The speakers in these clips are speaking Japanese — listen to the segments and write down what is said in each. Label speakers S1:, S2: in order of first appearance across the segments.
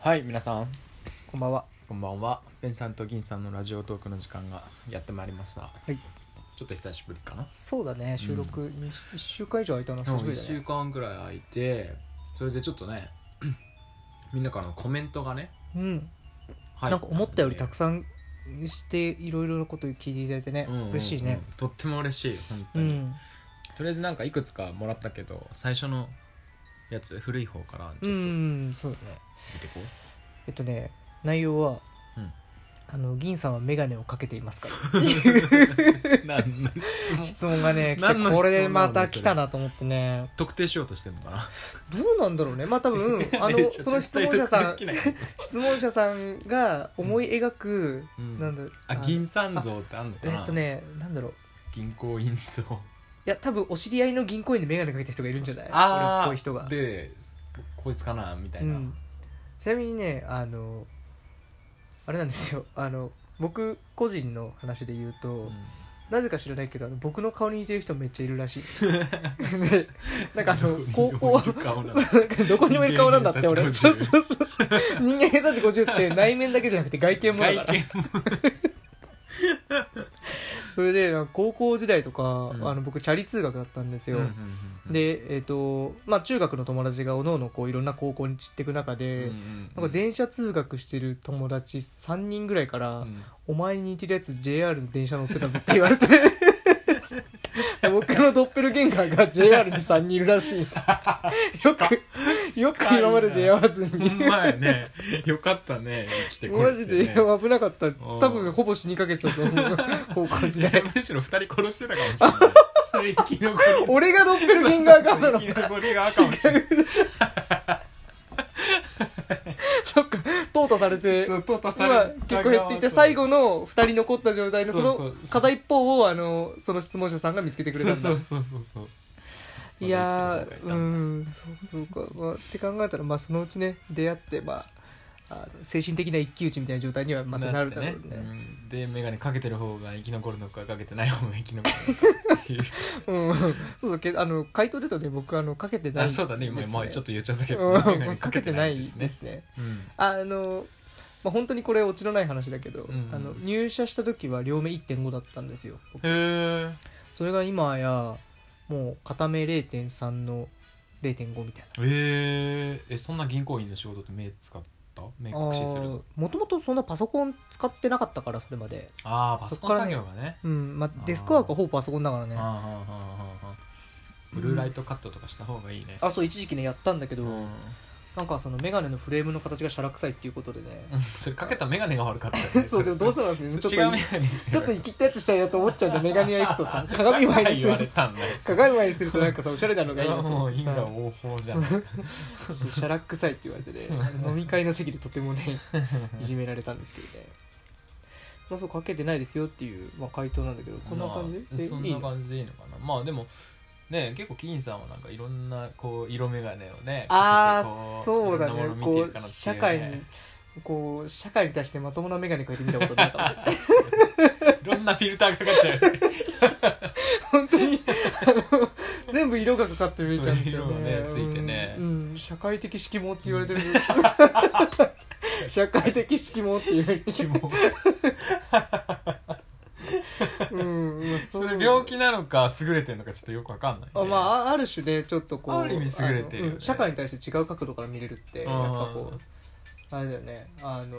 S1: はい皆さん
S2: こんばんは。
S1: こんばんはベンさんと銀さんのラジオトークの時間がやってまいりました
S2: い
S1: ちょっと久しぶりかな
S2: そうだね、収録に一週間以上空いたの久しぶりだ
S1: 1週
S2: ね。
S1: 間ぐらい空いてそれでちょっとね みんなからのコメントがね
S2: うん。
S1: 入
S2: なんか思ったよりたく
S1: さ
S2: さんしていろいろなことを聞いていただいてね、嬉しいね。
S1: とっても嬉しい本当
S2: う
S1: に、
S2: ん。
S1: とりあえずなんかいくつかもらったけど最初のやつ古い方からちょっと
S2: う
S1: 見て
S2: ん、そうだね。
S1: こ
S2: えっとね、内容は、
S1: うん
S2: あの銀さんは眼鏡をかけていますか
S1: う、何の質問
S2: 質問がね来て
S1: 何の質問なの
S2: これでまた来たなと思ってね
S1: 特定しようとしてるのかな
S2: どうなんだろうねまあ多分あ
S1: ね ちょ
S2: の
S1: っと
S2: その質問者さん
S1: 絶対特定できない
S2: 質問者さんが思い描く、
S1: うん
S2: なんだろう
S1: あ銀三像ってあんのか
S2: え
S1: な
S2: っとねなんだろう
S1: 銀行員像
S2: いや多分お知り合いの銀行員で眼鏡かけてる人がいるんじゃない
S1: あー
S2: 俺っぽい人が、
S1: でこいつかなみた
S2: う
S1: いな、
S2: ん、ちなみにねあのあれなんですよ あの僕個人の話で言うと、
S1: うん
S2: なぜか知らないけどあの僕の顔に似てる人めっちゃいるらしい でなんかあの高校
S1: どこにもいる顔なの
S2: そうなんかどこにもいる顔なんだって
S1: 人間
S2: 俺
S1: 偏
S2: そ
S1: 差
S2: う
S1: 値50
S2: そうそうそう人間偏差値50って内面だけじゃなくて外見もだから
S1: 外見も
S2: それでなんか高校時代とか、
S1: ん
S2: あの僕チャリ通学だったんですよ、
S1: うんうんうん
S2: で、えっとまあ、中学の友達がおのおのこういろんな高校に散っていく中
S1: うん
S2: で、
S1: うん
S2: なんか電車通学してる友達3人ぐらいから「
S1: うん
S2: お前に似てるやつ JR の電車乗ってたぞ」って言われて 僕のドッペルゲンガーが JR に3人いるらしいよくよく今まで出会わず
S1: ほん
S2: に
S1: まやねよかったね生きてこ
S2: マ
S1: れ
S2: ジ
S1: て
S2: で
S1: ね
S2: 危なかった
S1: ん
S2: 多分ほぼ死にかけてた と思う高校時
S1: いや
S2: 代
S1: むしろ二人殺してたかもしれ ないそれ生き残り
S2: 俺がドッペルゲンガー側な の
S1: そうそうそう生き残り側かもしれない
S2: そっか淘汰されて
S1: そう淘汰さ
S2: まあ
S1: れ
S2: 結構減っていって最後の2人残った状態のそ
S1: そう
S2: の
S1: そうそう
S2: 片一方をあのその質問者さんが見つけてくれたん
S1: そう
S2: だ
S1: そうそうそうそう
S2: い
S1: ま
S2: や
S1: だ生き
S2: ー
S1: てる方が
S2: う
S1: い
S2: んそうそうか、まあ、って考えたら、まあ、そのうちね出会って、まあ、あの精神的な一騎打ちみたいな状態には
S1: た
S2: またなるだろう
S1: な
S2: ね
S1: ってうんで眼鏡かけてる方が生き残るのかかけてない方が生き残るのかっていう
S2: うん、そうそうけあの回答だとね僕あのかけてない
S1: あそうだね今まあちょっ
S2: と
S1: と言っちゃったけ ど眼鏡
S2: うん、かけてないですね
S1: うん
S2: あの、まあ、本当にこれオチのない話だけど、
S1: うん
S2: あの入社した時は両目1.5だったんですよ僕
S1: へえ
S2: それが今やもう片目0.3の0.5みたい
S1: えー、えそんな銀行員の仕事って目使った目
S2: な
S1: 隠しするの
S2: もともとそんなパソコン使ってなかったからそれまで
S1: ああパソコン作業がね
S2: うんまあ
S1: ー
S2: デスクワークはほぼパソコンだからね
S1: あー
S2: あ
S1: はーはーはーはーブルーライトカットとかした方がいいね
S2: そう一時期ねやったんだけど、
S1: うん
S2: なんかそのメガネのフレームの形がしゃらくさいっていうことでね、
S1: それかけた眼鏡が悪かったよね
S2: そうでもどうしたらち
S1: そ
S2: ょ
S1: れ
S2: っと
S1: 違う眼鏡です
S2: ちょっと生きったやつしたいなと思っちゃうんでメガネ屋行くと さ鏡 前にす
S1: 言われ
S2: る
S1: たんだよ
S2: 鏡前にするとなんかさおしゃれなの がいいなと
S1: も
S2: 思
S1: う
S2: って
S1: 因果
S2: さ
S1: 応報じゃんう ん
S2: そうしゃらくさいって言われてねあ の飲み会の席でとてもねいじめられたんですけどねまあそうかけてないですよっていう、まあ、回答なんだけどこんな感じ、
S1: まあ
S2: で
S1: そん
S2: いい
S1: な
S2: の
S1: 感じでいいのかなまあでもね結構金さんはなんかいろんなこう色眼鏡をね
S2: あ
S1: かけてこ
S2: あそうだ
S1: い
S2: ね
S1: ろんなものを見て
S2: こ
S1: る
S2: う
S1: かなってい
S2: 社会に こう社会に出してまともな眼鏡かけてみたことないかもしれない
S1: いろんなフィルターかかっちゃうよね
S2: 本当にあの全部色がかかって見えちゃうんですよ
S1: そういう色
S2: ね
S1: がねついてね
S2: うん、うん社会的色盲って言わ れてる社会的色盲っていう
S1: 気も
S2: うんまあ
S1: そ
S2: そ
S1: うれ病気なのか優れてるのかちょっとよくわかんない、ね、
S2: あまあある種ねちょっとこう
S1: ある意味優れてるよね
S2: あのうん社会に対して違う角度から見れるって
S1: うん
S2: なんかこうあれだよねあの、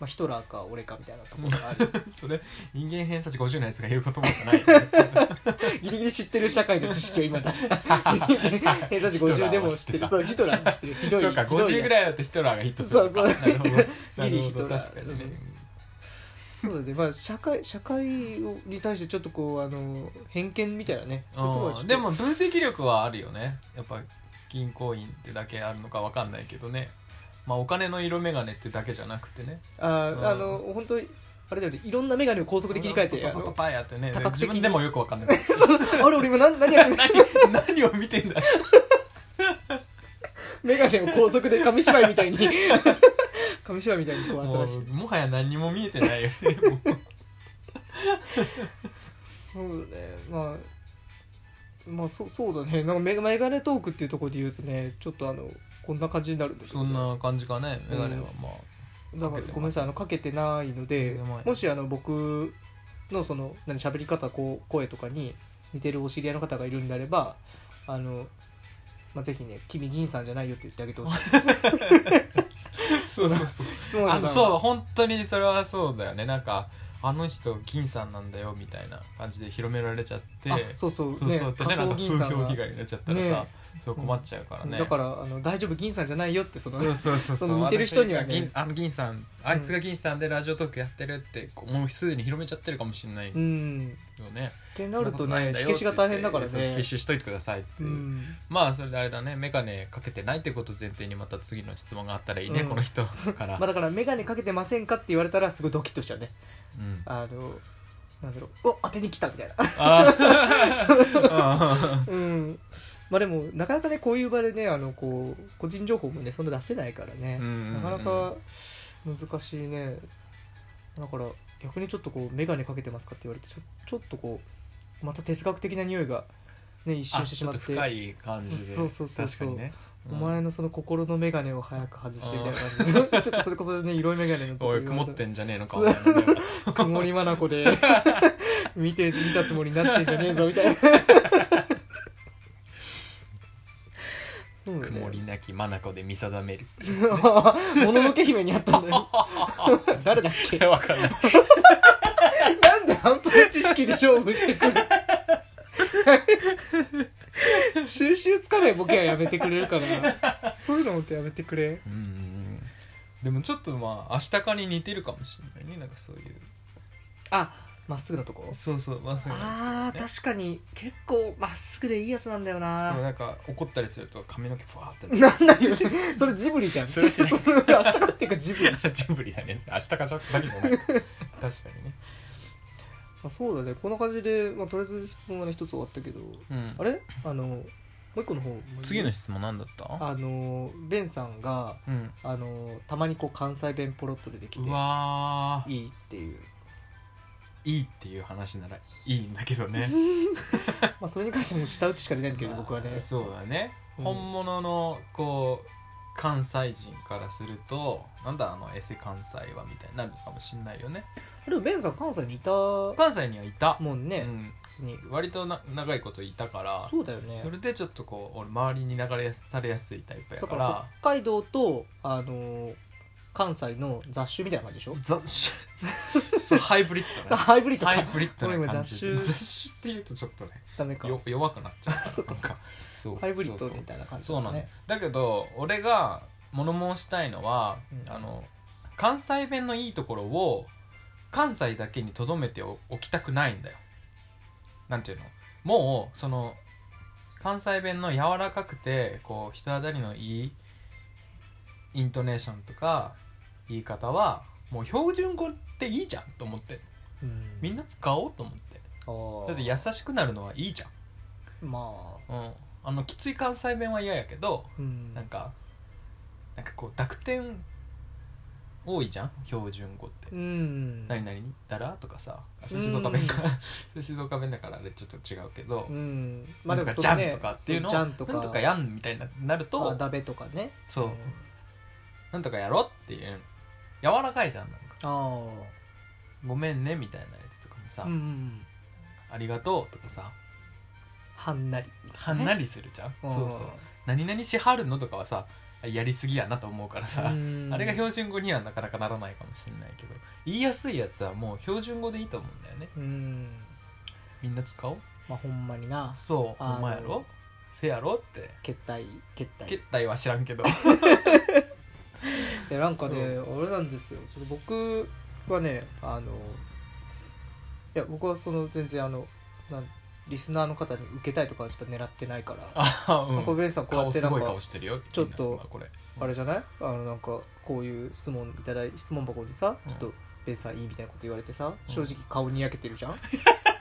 S2: まあ、ヒトラーか俺かみたいなところがある
S1: それ人間偏差値50のやつが言うこともじゃないよね
S2: ギリギリ知ってる社会の知識を今 出した偏差値50でも知ってる
S1: ヒト
S2: そうヒトラーも知ってる ひどい
S1: そうか
S2: ひど
S1: 50ぐらいだとヒトラーがヒットするのか
S2: そうそ
S1: なる
S2: う
S1: ほどな
S2: ギ
S1: る
S2: リヒ
S1: ほど
S2: トラー
S1: 確かにね
S2: そうだねまあ社会社会に対してちょっとこうあの偏見みたいなねそういうところはちょ
S1: う
S2: っ
S1: ん
S2: と
S1: でも分析力はあるよねやっぱ銀行員ってだけあるのかわかんないけどねまあお金の色眼鏡ってだけじゃなくてね
S2: あ
S1: うん
S2: あの本当にあれだよねいろんな眼鏡を高速で切り替えて
S1: パ
S2: あ
S1: パパパ
S2: の
S1: パやってね
S2: 多角的
S1: 自
S2: に
S1: 分でもよくわかんない
S2: あれ俺今何何やってんの
S1: 何を見てんだ
S2: メガネを高速で紙芝居みたいに紙芝居みたいにこう
S1: も
S2: 新し
S1: うもはや何にも見えてないよね もう
S2: いそうだねまあまあそそうだねなんかメガメガネトークっていうところで言うとねちょっとあのこんな感じになるんだけど
S1: そんな感じかね眼鏡はまあ、
S2: だからごめんなさいあのかけてないので
S1: うまい
S2: もしあの僕のその何喋り方こう声とかに似てるお知り合いの方がいるんであればあの、まあ、ぜひね「君銀さんじゃないよ」って言ってあげてほしい
S1: そうそうそう
S2: 質問
S1: あ
S2: 者さんは
S1: そう本当にそれはそうだよねなんかあの人銀さんなんだよみたいな感じで広められちゃって
S2: あそうそう
S1: そう
S2: ね
S1: そうって
S2: 仮
S1: なん
S2: 想
S1: か
S2: 銀さ
S1: 風
S2: ん
S1: 評
S2: が
S1: 被害になっちゃったらさ、
S2: ね
S1: そう困っちゃうからね、
S2: だからあの大丈夫銀さんじゃないよってその
S1: そうそうそう
S2: その似てる人にはね
S1: 私銀あの銀さんあいつが銀さんでラジオトークやってるってこうもうすでに広めちゃってるかもしれないよ
S2: う
S1: ね、
S2: んってなる
S1: そんなこ
S2: と
S1: とない
S2: ね
S1: んだ
S2: 火
S1: よ
S2: 消しが大変だから
S1: そう火
S2: ね
S1: 消ししといてくださいって
S2: う
S1: いう、
S2: ん
S1: まあそれであれだね眼鏡かけてないってことを前提にまた次の質問があったらいいね、
S2: うん
S1: この人から、
S2: まあだから眼鏡かけてませんかって言われたらすごいドキッとしちゃうね
S1: うん、
S2: あのなんだろうお当てに来たみたいな
S1: あ あ
S2: うん、まあでもなかなかねこういう場でねあのこう個人情報もねそんな出せないからね、
S1: うんうんうん
S2: なかなか難しいねだから逆にちょっとこう眼鏡かけてますかって言われてちょちょっとこうまた哲学的な匂いが、ね、一
S1: あ
S2: 瞬してし
S1: ちょ
S2: ま
S1: っ
S2: っ
S1: と
S2: て
S1: 深い感じで
S2: そうそうそう
S1: 確か
S2: そう
S1: にね、
S2: お前
S1: の
S2: のその心の眼鏡を早く外してみたいな感じで ちょっとそれこそね色い眼鏡のとこ
S1: おい
S2: 言わ
S1: 曇
S2: れ
S1: ってんじゃねえのか
S2: そ
S1: お
S2: う
S1: 前のね
S2: 曇り眼で見て見たつもりになってんじゃねえぞみたいなそうだね
S1: 曇りなき眼で見定めるっ
S2: もののけ姫にあったんだよ誰だっけ
S1: てわかんない
S2: なんで半端な知識で勝負してくる収集つかないボケはやめてくれるからそういうのもってやめてくれ
S1: うんうんうんでもちょっとまあ明日かに似てるかもしれないねなんかそういう
S2: あまっすぐなとこ
S1: そうそうまっすぐな
S2: あー確かに結構まっすぐでいいやつなんだよ
S1: そう
S2: な
S1: なんか怒ったりすると髪の毛ふわーってなる
S2: なんだよそれジブリじゃん
S1: それ知らん
S2: 明日かっていうかジブリ、ま
S1: ジブリだね明日かちょっと何もない確かにね
S2: あ、そうだねこんな感じで、まあ、とりあえず質問はね一つ終わったけど
S1: うん
S2: あれあのもう一個の方
S1: 次の質問何だった
S2: あのベンさんが
S1: うん
S2: あのたまにこう関西弁ポロッと出てきて
S1: うわー
S2: いいっていう、
S1: いいっていう話ならいいんだけどね
S2: まあ、それに関しても舌打ちしか出ないんだけど僕はね
S1: そうだね、
S2: うん
S1: 本物のこう関西人からするとなんだあのエセ関西はみたいになるのかもしんないよね
S2: でもベンさん関西にいたも
S1: 関西にはいた、
S2: んね、
S1: うん、
S2: 別に
S1: 割とな長いこといたから
S2: そうだよね
S1: それでちょっとこう俺周りに流れやすされやすいタイプや
S2: だ
S1: か
S2: からら北海道とあの関西の雑種みたいな感じでしょ
S1: ざ そうハイブリッド ね
S2: ハイブリッドか、
S1: ハイブリッドな感じ
S2: ごめん雑種
S1: 雑種っていうとちょっとね
S2: ダメか
S1: よ弱くなっちゃう
S2: そうかそうか
S1: なんそう
S2: ハイブリッド
S1: そうそう
S2: みたいな感じ
S1: そうなんだ
S2: ね
S1: だけど俺が物申したいのは、
S2: うん
S1: あの関西弁のいいところを関西だけにとどめておきたくないんだよなんていうのもうその関西弁の柔らかくてこう人当たりのいいイントネーションとか言い方はもう標準語っていいじゃんと思って
S2: うん
S1: みんな使おうと思って
S2: あー
S1: だって優しくなるのはいいじ
S2: まあ
S1: ゃん、うん、あのきつい関西弁は嫌やけど
S2: うん
S1: なんかなんかこう濁点多いじゃん標準語って、
S2: うん
S1: 何々にだらとかさあそれ
S2: うん
S1: 静岡弁かそれ 静岡弁だからあれちょっと違うけど、
S2: うんま
S1: ま
S2: あ
S1: あでも
S2: でもそ
S1: そううねジャ
S2: ね
S1: ンとかっていうのを
S2: ジャンとか
S1: なんとかやんみたいになると
S2: あダベとかね
S1: そう、
S2: ん
S1: なんとかやろっていう柔らかいじゃんなんか
S2: あ
S1: ごめんねみたいなやつとかもさ、
S2: あうんうん
S1: ありがとうとかさ
S2: はんなり
S1: はんなりするじゃん、
S2: うん
S1: そうそう何々しはるのとかはさやりすぎやなと思うからさ、
S2: う ん
S1: あれが標準語にはなかなかならないかもしれないけど言いやすいやつはもう標準語でいいと思うんだよね
S2: うん
S1: みんな使おう
S2: まあほんまにな
S1: そう
S2: あー
S1: お前やろせやろって
S2: 決体決体
S1: 決体は知らん けど
S2: でなんかねあれなんですよちょっと僕はねあのいや僕はその全然あのなんリスナーの方に受けたいとかはちょっと狙ってないから
S1: あ、う
S2: なんか
S1: ん、
S2: ベンさんこうやっ
S1: 顔
S2: て
S1: す
S2: なん
S1: ごい
S2: か
S1: 顔してるよ
S2: ちょっと
S1: みんな今これ
S2: あれじゃないあのなんかこういう質問いただい質問箱にさちょっとベンさんいいみたいなこと言われてさ
S1: うん
S2: 正直顔にやけてるじゃん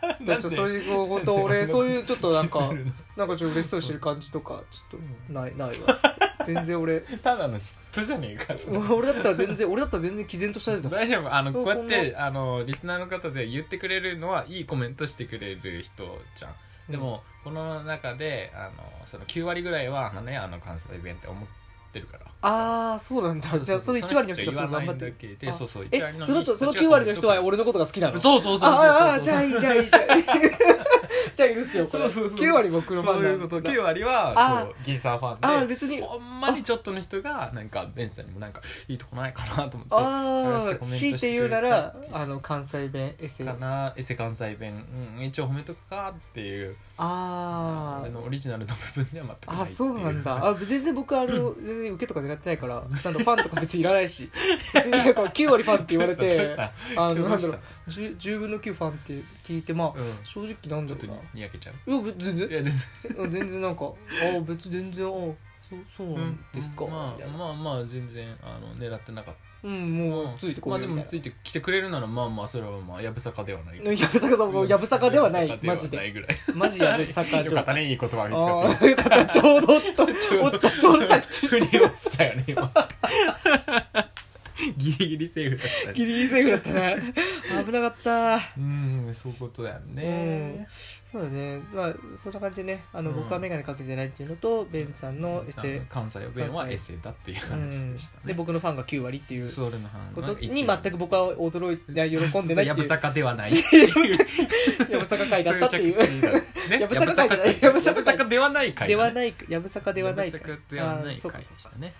S1: なん
S2: だからちょっとそう
S1: う
S2: いうこ と俺そういうちょっとなんか
S1: るの
S2: なんかちょっと嬉しそうにしてる感じとかちょっ
S1: う
S2: とないないわちょっと全然俺
S1: ただの嫉妬じゃねえかそれ
S2: 俺だったら全然俺だったら全然毅然としたいと思う
S1: 大丈夫あのこ
S2: そう
S1: うやっ
S2: こん
S1: てあのリスナーの方で言ってくれるのはいいコメントしてくれる人じゃんでも、この中であのその9割ぐらいは、ねあの関西弁って思っってるから
S2: ああそうなんだじゃあその1割の人がそ
S1: そ
S2: の
S1: の人たちは言わな
S2: 頑張っ
S1: いん
S2: て
S1: だ
S2: る
S1: けで
S2: あ
S1: そうそう
S2: え
S1: 1割
S2: その
S1: 人
S2: その9割の人は俺のことが好きなの
S1: そうそうそうそうそう
S2: ああじゃあいいじゃあいいじゃあいい じゃあ許すよこ
S1: そう
S2: れ
S1: そうそう
S2: 9割僕のファ
S1: そう
S2: ン
S1: い
S2: な
S1: うこ
S2: ん
S1: と
S2: だ
S1: 9割は
S2: あ
S1: そうギーサーファンで
S2: ああ別に
S1: ほんまにちょっとの人がなんかベンさんにもなんかいいとこないかなと思って
S2: あ
S1: 話して
S2: あ
S1: コメントして
S2: 強いて言うなら
S1: くれたっていう
S2: あの関西弁エセ
S1: か
S2: あ
S1: なエセ関西弁、うん、一応褒めとくかっていう
S2: あ
S1: 俺
S2: ー
S1: のオリジナルの部分では全くない
S2: あそうなんだあ全然僕あの 全然受けとか狙ってないからなんだファンとか別にいらないし別になんか9割ファンって言われて
S1: あ
S2: あの
S1: の
S2: なんだろう 10, 10分の9ファンって聞いてまあ、
S1: うん
S2: 正直なん
S1: ちょっ
S2: だろ
S1: と
S2: うな
S1: にやけちゃう
S2: いやべ全然
S1: いや全然
S2: うん全然なんかああ別に全然ああそうそうなんですか、
S1: うんま
S2: みた
S1: あ
S2: いな
S1: まあまあ全然あの狙ってなかっ
S2: うん
S1: た
S2: もうついてこ
S1: まあ
S2: い
S1: で
S2: よみた
S1: も
S2: い
S1: ついてきてくれるならまあまあそれはまあやぶさかではない
S2: な やぶさかさんもうやぶさかではない
S1: やぶさか
S2: マジ
S1: はな
S2: で
S1: いぐらい
S2: マジやぶさか
S1: よかったねいい言葉見つ
S2: あ
S1: かっ
S2: あよかったちょうど落ちた落ちたちょうど着地
S1: て振
S2: し
S1: りましたよね今ギリギリセーフだった
S2: た
S1: ね
S2: ギリギリセーフだったね危なかった
S1: うんそういうことだよね
S2: そうだねまあそんな感じでねあの、
S1: うん
S2: 僕は眼鏡かけてないっていうのとベンさんのエセ、
S1: 関西弁はエセだっていう
S2: うん
S1: 話でしたね
S2: で僕のファンが9割っていう
S1: ソウルの話
S2: ことに全く僕は驚いて喜んでないって
S1: や
S2: い
S1: ぶ
S2: う
S1: さかではないっていう
S2: やぶさか会だったっていう
S1: そういう着地だね
S2: やぶさか会じゃない
S1: やぶさかやぶさかではない会
S2: で
S1: だ
S2: は
S1: ね
S2: ないやぶさかではない
S1: や
S2: か
S1: ぶさかではな
S2: あー
S1: い
S2: そうか
S1: 会
S2: そ
S1: で
S2: う
S1: し
S2: か
S1: たね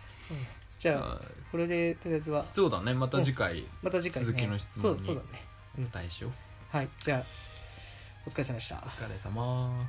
S2: じゃあこれでとりあえず
S1: あー
S2: は
S1: そうだねまた次回
S2: また次回、ね、
S1: 続きの質問に
S2: そうそうだね
S1: お答えしよう
S2: はいじゃあお疲れ様でした
S1: お疲れ様